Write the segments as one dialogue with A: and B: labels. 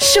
A: 是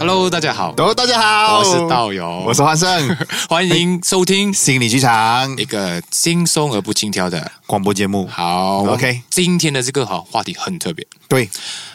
B: Hello，大家好，
C: 哦，大家好，
B: 我是道友
C: 我是欢胜，
B: 欢迎收听
C: 心理剧场
B: 一个轻松而不轻佻的。
C: 广播节目。
B: 好
C: OK
B: 今天的这个好话题很特别，
C: 对，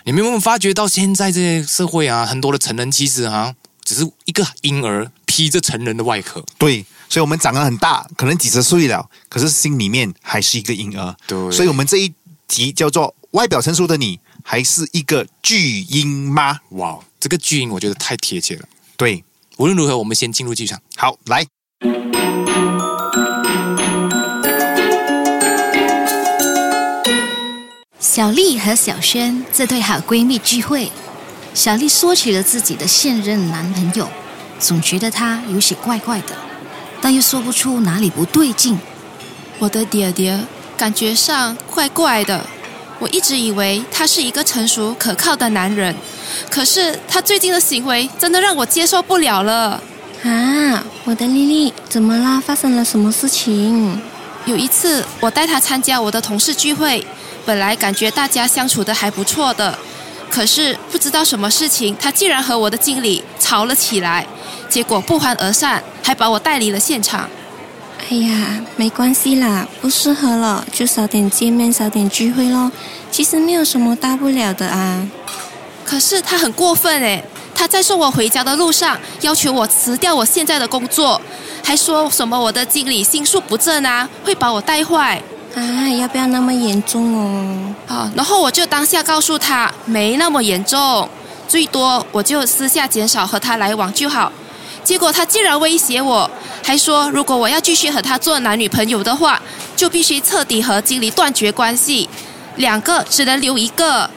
B: 你们有没有发觉到现在这些社会啊，很多的成人其实啊，只是一个婴儿披着成人的外壳，
C: 对，所以我们长得很大，可能几十岁了，可是心里面还是一个婴儿。
B: 对
C: 所以我们这一集叫做“外表成熟的你还是一个巨婴妈
B: 哇，这个巨婴我觉得太贴切了。”。
C: 对，
B: 无论如何，我们先进入剧场。
C: 好，来，
D: 小丽和小轩这对好闺蜜聚会，小丽说起了自己的现任男朋友，总觉得他有些怪怪的，但又说不出哪里不对劲。
E: 我的爹爹感觉上怪怪的。我一直以为他是一个成熟可靠的男人，可是他最近的行为真的让我接受不了了。
F: 啊，我的丽丽，怎么啦？发生了什么事情？
E: 有一次，我带他参加我的同事聚会，本来感觉大家相处的还不错的，可是不知道什么事情，他竟然和我的经理吵了起来，结果不欢而散，还把我带离了现场。
F: 哎呀，没关系啦，不适合了，就少点见面，少点聚会咯。其实没有什么大不了的啊。
E: 可是他很过分诶，他在送我回家的路上要求我辞掉我现在的工作，还说什么我的经理心术不正啊，会把我带坏。
F: 啊，要不要那么严重哦？
E: 啊，然后我就当下告诉他没那么严重，最多我就私下减少和他来往就好。结果他竟然威胁我，还说如果我要继续和他做男女朋友的话，就必须彻底和经理断绝关系，两个只能留一个。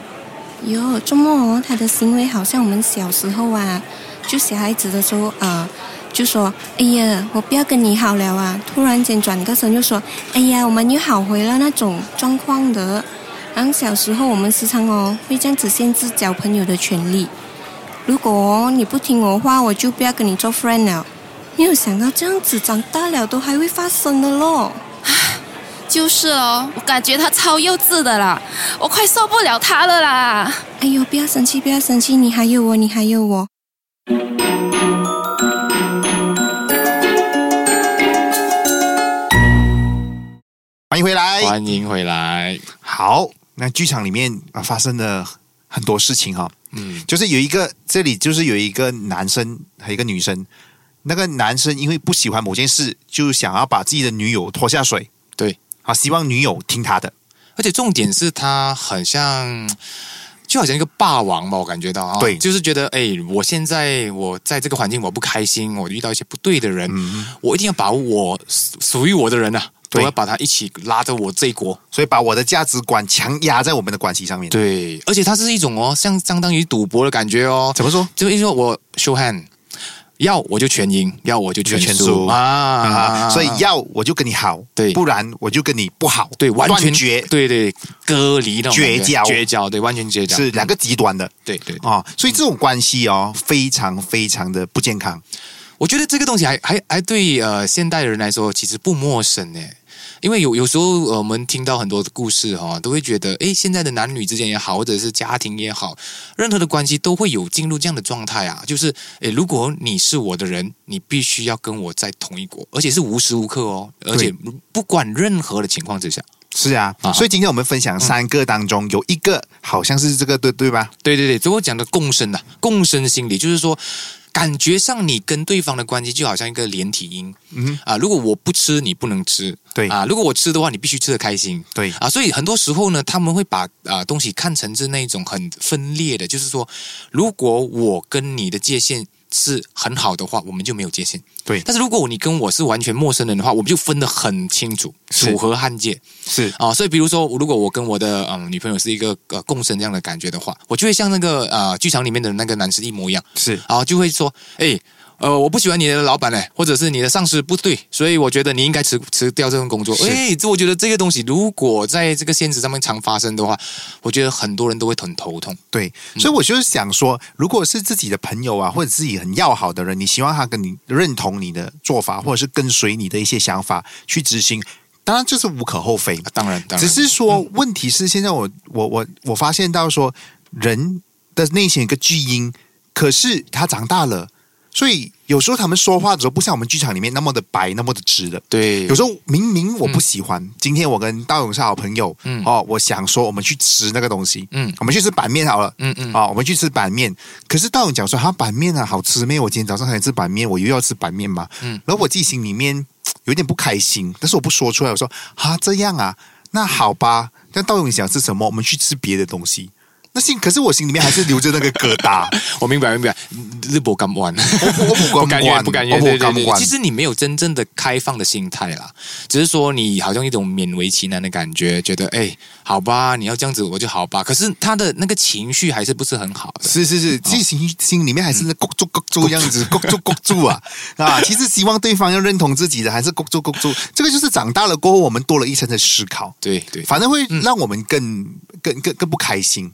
F: 哟，这么哦，他的行为好像我们小时候啊，就小孩子的时候啊、呃就说哎呀，我不要跟你好了啊，突然间转个身就说哎呀，我们又好回了那种状况的。然后小时候我们时常哦会这样子限制交朋友的权利，如果、哦、你不听我话，我就不要跟你做 friend 了。没有想到这样子长大了都还会发生的咯。
E: 就是哦，我感觉他超幼稚的啦，我快受不了他了啦。
F: 哎呦，不要生气，不要生气，你还有我，你还有我。
C: 欢迎回来。
B: 欢迎回来，
C: 好，那剧场里面啊发生了很多事情哈、
B: 嗯，
C: 就是有一个这里就是有一个男生和一个女生，那个男生因为不喜欢某件事，就想要把自己的女友拖下水，
B: 对，
C: 啊，希望女友听他的，
B: 而且重点是他很像，就好像一个霸王吧，我感觉到啊，
C: 对
B: 就是觉得哎，我现在我在这个环境我不开心，我遇到一些不对的人，我一定要把我属属于我的人啊，
C: 嗯对
B: 我要把他一起拉着我这一锅。
C: 所以把我的价值观强压在我们的关系上面。，
B: 对，而且它是一种哦，像相当于赌博的感觉哦。
C: 怎么说？
B: 就意思说我 show hand，要我就全赢，要我就全
C: 就全
B: 输
C: 输
B: 啊
C: 啊，所以要我就跟你好，
B: 对
C: 不然我就跟你不好，
B: 对完全
C: 断绝
B: 对对隔离那种
C: 绝
B: 感觉
C: 交
B: 绝交，对，完全绝交
C: 是两个极端的
B: 对对。对
C: 啊，所以这种关系哦，非常非常的不健康。
B: 我觉得这个东西还还还对呃现代人来说其实不陌生呢，欸因为有有时候、呃我们听到很多的故事哈、都会觉得诶，现在的男女之间也好，或者是家庭也好，任何的关系都会有进入这样的状态啊，就是诶，如果你是我的人，你必须要跟我在同一国，而且是无时无刻哦，而且不管任何的情况之下，
C: 是啊，
B: 啊
C: 所以今天我们分享三个当中，有一个好像是这个对对吧？
B: 对对对，所以我讲的共生呐、啊共生心理就是说，感觉上你跟对方的关系就好像一个连体婴，嗯啊，如果我不吃，你不能吃，
C: 对
B: 啊，如果我吃的话，你必须吃的开心，
C: 对
B: 啊，所以很多时候呢，他们会把啊、东西看成是那种很分裂的，就是说，如果我跟你的界限。是很好的话，我们就没有界限。
C: 对
B: 但是如果你跟我是完全陌生人的话，我们就分得很清楚，
C: 是
B: 楚河汉界。
C: 是
B: 啊、所以比如说，如果我跟我的嗯、女朋友是一个呃共生这样的感觉的话，我就会像那个呃剧场里面的那个男生一模一样，
C: 是
B: 啊、就会说，哎，呃，我不喜欢你的老板嘞，或者是你的上司不对，所以我觉得你应该辞辞掉这份工作。
C: 是
B: 哎，这我觉得这个东西如果在这个现实上面常发生的话，我觉得很多人都会很头痛。
C: 对，所以我就是想说，如果啊是自己的朋友啊，或者自己很要好的人，你希望他跟你认同你的做法，或者是跟随你的一些想法去执行，当然这是无可厚非。
B: 啊当然，当然，
C: 只是说，问题是现在我我我我发现到说，人的内心有一个巨婴，可是他长大了，所以有时候他们说话的时候，不像我们剧场里面那么的白，那么的直的。
B: 对，
C: 有时候明明我不喜欢，今天我跟道勇是好朋友，
B: 嗯
C: 哦，我想说我们去吃那个东西，
B: 嗯
C: 我们去吃板面好了，
B: 嗯嗯
C: 啊、我们去吃板面。可是道勇讲说，他板面啊好吃咩？我今天早上还吃板面，我又要吃板面嘛，
B: 嗯
C: 然后我自己心里面有点不开心，但是我不说出来，我说啊这样啊，那好吧，那道勇想吃什么，我们去吃别的东西。那心，可是我心里面还是留着那个疙 瘩，
B: 我明白明白，日不敢玩，
C: 我不我 不
B: 不
C: 敢
B: 甘愿
C: 管
B: 不甘
C: 我
B: 愿，
C: 不
B: 对对
C: 敢
B: 对。
C: 管
B: 其实你没有真正的开放的心态啦，只是说你好像一种勉为其难的感觉，觉得哎，好吧，你要这样子我就好吧。可是他的那个情绪还是不是很好的。
C: 是是是，自己心心里面还是那咕住咕住样 子，咕住咕住啊啊！ 其实希望对方要认同自己的，还是咕住咕住。这个就是长大了过后，我们多了一层的思考，
B: 对对，
C: 反而会让我们更、更更更不开心。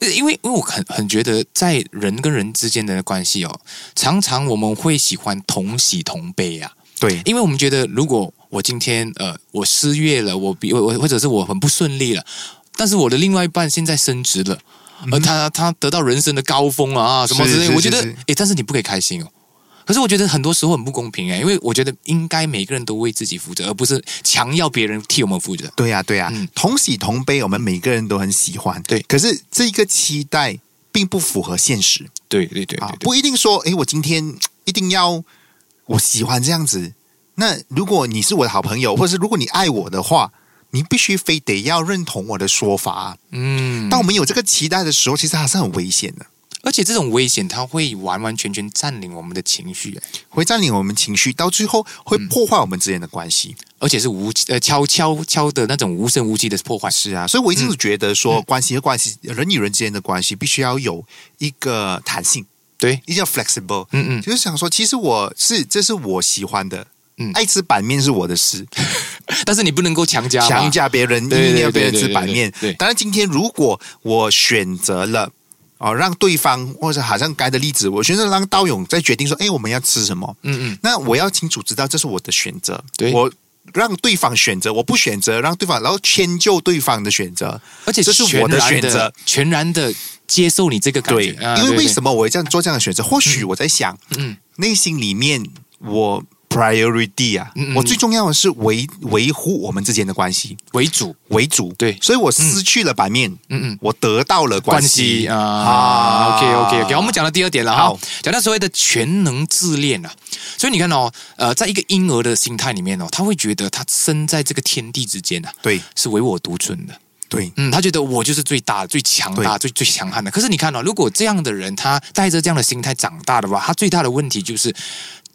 B: 呃因为因为我很很觉得，在人跟人之间的关系哦，常常我们会喜欢同喜同悲啊，
C: 对
B: 因为我们觉得如果我今天呃我失业了，我比我我或者是我很不顺利了，但是我的另外一半现在升职了，而他他得到人生的高峰了啊什么之
C: 嗯是
B: 类，
C: 是
B: 我觉得
C: 是是
B: 诶，但是你不可以开心哦。可是我觉得很多时候很不公平哎，因为我觉得应该每个人都为自己负责，而不是强要别人替我们负责。
C: 对呀、对呀、
B: 嗯
C: 同喜同悲，我们每个人都很喜欢。
B: 对
C: 可是这个期待并不符合现实
B: 对对对对
C: 啊，
B: 对，
C: 不一定说，诶，我今天一定要我喜欢这样子。那如果你是我的好朋友，或者是如果你爱我的话，你必须非得要认同我的说法啊、
B: 嗯
C: 当我们有这个期待的时候，其实还是很危险的，
B: 而且这种危险，它会完完全全占领我们的情绪，哎
C: 会占领我们情绪，到最后会破坏我们之间的关系。
B: 而且是无呃悄悄悄的那种无声无息的破坏。
C: 是啊，所以我一直觉得
B: 嗯
C: 说，关系和关系，人与人之间的关系，必须要有一个弹性，
B: 对，
C: 一定要 flexible。
B: 嗯嗯，
C: 就是想说，其实我是这是我喜欢的，
B: 嗯
C: 爱吃板面是我的事，
B: 但是你不能够强加吧
C: 强加别人，一
B: 对对
C: 定要
B: 对
C: 别人
B: 对
C: 吃
B: 对
C: 板
B: 对
C: 面
B: 对。
C: 当然，今天如果我选择了。哦，让对方或者好像该的例子，我选择让道勇再决定说，哎，我们要吃什么？
B: 嗯嗯，
C: 那我要清楚知道这是我的选择，
B: 对
C: 我让对方选择，我不选择让对方，然后迁就对方的选择，
B: 而且
C: 这是我的选择。，
B: 全然的接受你这个感
C: 对
B: 觉。，啊
C: 因为为
B: 对
C: 什么我会这样做这样的选择？或许我在想，
B: 嗯
C: 内心里面我 priority 啊，
B: 嗯嗯
C: 我最重要的是维维护我们之间的关系
B: 为主？
C: 为主，
B: 对
C: 所以我失去了版面，
B: 嗯嗯。
C: 我得到了
B: 关
C: 系
B: 系啊 o k OK OK，我们讲
C: 讲
B: 到第二点了
C: 好
B: 哈，讲到所谓的全能自恋啊，所以你看哦，呃，在一个婴儿的心态里面哦，他会觉得他身在这个天地之间啊，
C: 对
B: 是唯我独尊的，
C: 对
B: 嗯，他觉得我就是最大、最强大、最最强悍的。可是你看哦，如果这样的人他带着这样的心态长大的话，他最大的问题就是，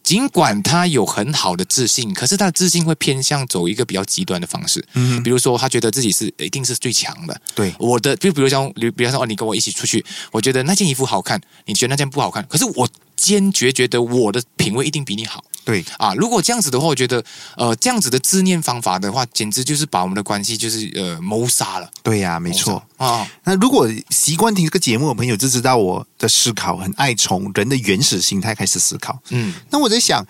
B: 尽管他有很好的自信，可是他的自信会偏向走一个比较极端的方式。
C: 嗯
B: 比如说，他觉得自己是一定是最强的。
C: 对
B: 我的，就比如像，比如说哦，你跟我一起出去，我觉得那件衣服好看，你觉得那件不好看，可是我坚决觉得我的品味一定比你好。
C: 对
B: 啊，如果这样子的话，我觉得呃，这样子的自念方法的话，简直就是把我们的关系就是呃谋杀了。
C: 对呀，没错。
B: 啊、哦
C: 那如果习惯听这个节目的朋友就知道我的思考很爱从人的原始心态开始思考。
B: 嗯，
C: 那我在想，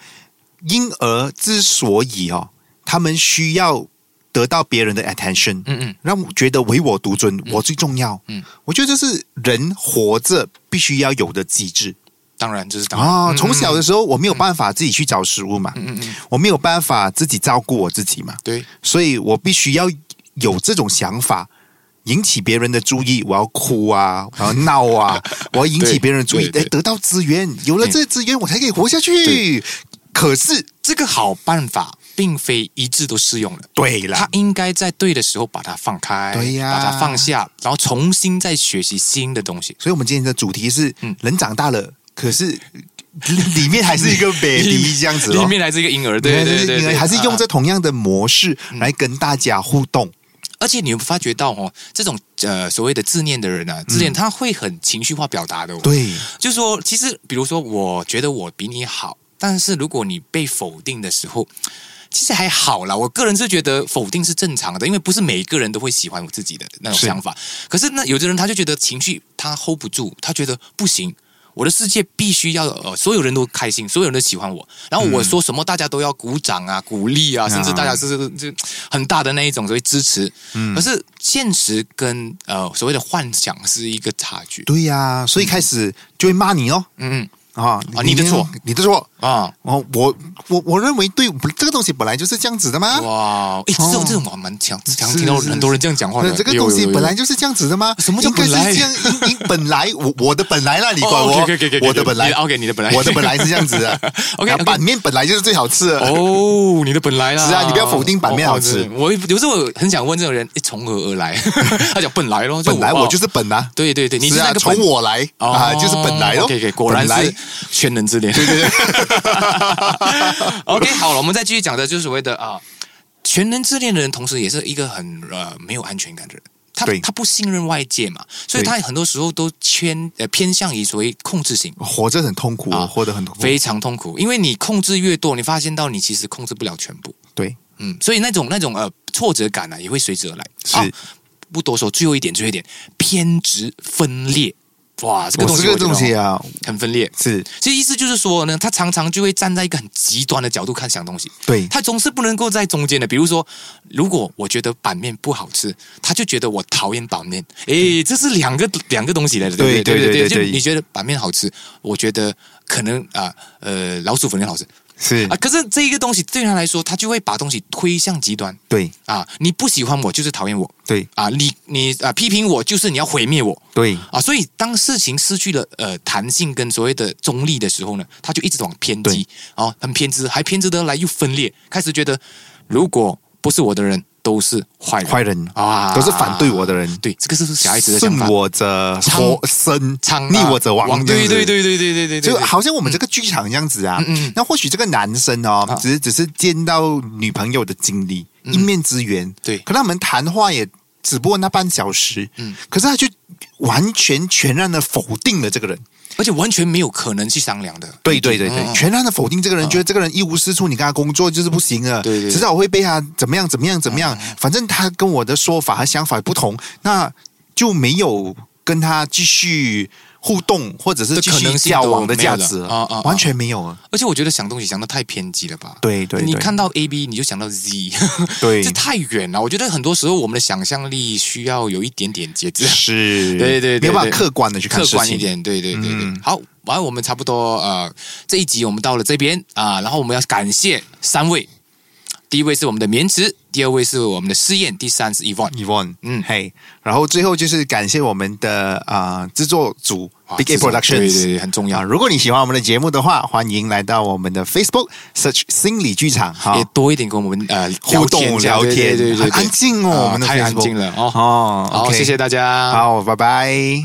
C: 婴儿之所以哦，他们需要得到别人的 attention，
B: 嗯嗯，
C: 让我觉得唯我独尊，我最重要。
B: 嗯，
C: 我觉得这是人活着必须要有的机制
B: 当然这是当然
C: 啊。
B: 嗯
C: 从小的
B: 嗯
C: 时候，我没有办法自己去找食物嘛，
B: 嗯嗯嗯，
C: 我没有办法自己照顾我自己嘛，
B: 对，
C: 所以我必须要有这种想法。引起别人的注意，我要哭啊，我要闹 啊，我要引起别人的注意，
B: 对对
C: 哎，得到资源，有了这资源，我才可以活下去。可是，
B: 这个好办法并非一致都适用的。
C: 对
B: 他
C: 啦，
B: 应该在对的时候把它放开，
C: 啊对呀
B: 把它放下，然后重新再学习新的东西。
C: 所以我们今天的主题是，
B: 嗯
C: 人长大了，可是里面 还是一个 baby 这样子
B: 里
C: 哦。
B: 面来自一个婴儿，对对对对，嗯
C: 还是用
B: 啊
C: 这同样的模式来跟大家互动。
B: 而且你有发觉到哦，这种呃所谓的自恋的人
C: 嗯
B: 啊，自恋他会很情绪化表达的、哦。
C: 对
B: 就说其实，比如说，我觉得我比你好，但是如果你被否定的时候，其实还好啦。我个人是觉得否定是正常的，因为不是每一个人都会喜欢我自己的那种
C: 是
B: 想法。可是那有的人他就觉得情绪他 hold 不住，他觉得不行。我的世界必须要呃，所有人都开心，所有人都喜欢我。然后我说什么，大家都要鼓掌啊、鼓励啊，甚至大家是就很大的那一种所谓支持。可是现实跟呃所谓的幻想是一个差距。
C: 对呀、所以开始就会骂你哦，
B: 嗯
C: 啊，
B: 啊你的错，
C: 你的错，
B: 嗯啊，
C: 哦，我我我认为对，不这个东西本来就是这样子的吗？
B: 哇，哎，这
C: 哦
B: 种这种我蛮强，常
C: 是
B: 听到
C: 是
B: 很多人这样讲话的
C: 那。这个
B: 有
C: 东西
B: 有有
C: 本来就是这样子的吗？
B: 什么叫
C: 应该是
B: 本来
C: 这样，应应本来我我的本来啦，你管
B: 哦
C: 我，
B: ，OK，OK，OK，OK，
C: 我的本来
B: 你的，OK，你的本来
C: 我的本来是这样子的
B: OK，OK
C: 然后板面本来就是最好吃的。
B: 哦，你的本来啦，
C: 是啊你不要否定版面好吃
B: 哦哦我有时候我很想问这种人，诶从何而来？ 他讲本来咯，
C: 本来我就是
B: 哦
C: 本啊，
B: 对对对，你
C: 是
B: 那
C: 啊，
B: 个
C: 从
B: 本
C: 我来
B: 哦
C: 啊，就是本来哦。
B: OK，OK，果然
C: 本来
B: 是全能之恋。对对对。OK，好了，我们再继续讲的就是所谓的啊，全能之恋的人，同时也是一个很呃没有安全感的人。他
C: 对
B: 他不信任外界嘛，所以
C: 对
B: 他很多时候都偏呃偏向于所谓控制型。
C: 活着很痛苦，
B: 啊
C: 活得很痛苦。
B: 非常痛苦，因为你控制越多，你发现到你其实控制不了全部，
C: 对，
B: 嗯，所以那种那种呃挫折感呢、啊、也会随之而来。
C: 是
B: 啊不多说，最后一点，最后一点，偏执分裂，哇，这个
C: 我
B: 东西
C: 这
B: 我觉
C: 个
B: 得
C: 东西
B: 哦
C: 啊，
B: 很分裂。
C: 是
B: 其实意思就是说呢，他常常就会站在一个很极端的角度看想东西，
C: 对
B: 他总是不能够在中间的。比如说，如果我觉得板面不好吃，他就觉得我讨厌板面。诶，这是两个两个东西来的，对不
C: 嗯对
B: 对
C: 对对
B: 就
C: 对
B: 你觉得板面好吃，我觉得可能啊呃老鼠粉更好吃
C: 是
B: 啊。可是这一个东西对他来说，他就会把东西推向极端
C: 对
B: 啊！你不喜欢我就是讨厌我
C: 对
B: 啊！你你啊批评我就是你要毁灭我。
C: 对
B: 啊，所以当事情失去了呃弹性跟所谓的中立的时候呢，他就一直往偏激
C: 对，
B: 啊，很偏执，还偏执得来又分裂，开始觉得如果不是我的人都是坏人，
C: 坏人
B: 啊
C: 都是反对我的人
B: 对，这个是不是小孩子的想
C: 顺
B: 法？
C: 我者
B: 苍
C: 活生，
B: 苍啊
C: 逆我者亡。这样
B: 对
C: 子
B: 对对对对对对对，
C: 就好像我们这个剧场这样子啊。
B: 嗯嗯
C: 那或许这个男生哦，
B: 啊嗯
C: 只是只是见到女朋友的经历，一面之缘。
B: 对
C: 可他们谈话也只不过那半小时。
B: 嗯
C: 可是他就完全全然的否定了这个人。
B: 而且完全没有可能去商量的，
C: 对对对对，
B: 嗯
C: 全然的否定这个人，觉得这个人一无是处，你跟他工作就是不行了，
B: 对嗯对对
C: 迟早会被他怎么样怎么样怎么样，反正他跟我的说法和想法不同，那就没有跟他继续互动或者是
B: 这
C: 继
B: 可能
C: 续
B: 性都
C: 交往的价值
B: 没有了啊啊啊
C: 了，完全没有了。
B: 而且我觉得想东西想的太偏激了吧？
C: 对对对
B: 你看到 A B 你就想到 Z，
C: 对
B: 这太远了。我觉得很多时候我们的想象力需要有一点点节制，
C: 是
B: 对对对对
C: 没有办法客观的去看
B: 客
C: 事情，
B: 观一点，对对对对。
C: 嗯
B: 好，完了我们差不多呃这一集我们到了这边啊、然后我们要感谢三位，第一位是我们的棉池，第二位是我们的试验，第三是 Evon。
C: Evon，
B: 嗯
C: 嗯，嘿，然后最后就是感谢我们的啊、呃制作组
B: 哇
C: Big
B: 制
C: A
B: 作
C: Productions，
B: 对对对很重要
C: 啊如果你喜欢我们的节目的话，欢迎来到我们的 Facebook search 心理剧场哈
B: 也。多一点跟我们呃
C: 互动
B: 一下
C: 聊
B: 对
C: 天
B: 对对对对
C: 很安静哦
B: 啊
C: 我们的
B: 太安
C: Facebook
B: 静了哦。
C: 哦
B: 好，
C: OK
B: 谢谢大家，
C: 好，拜拜。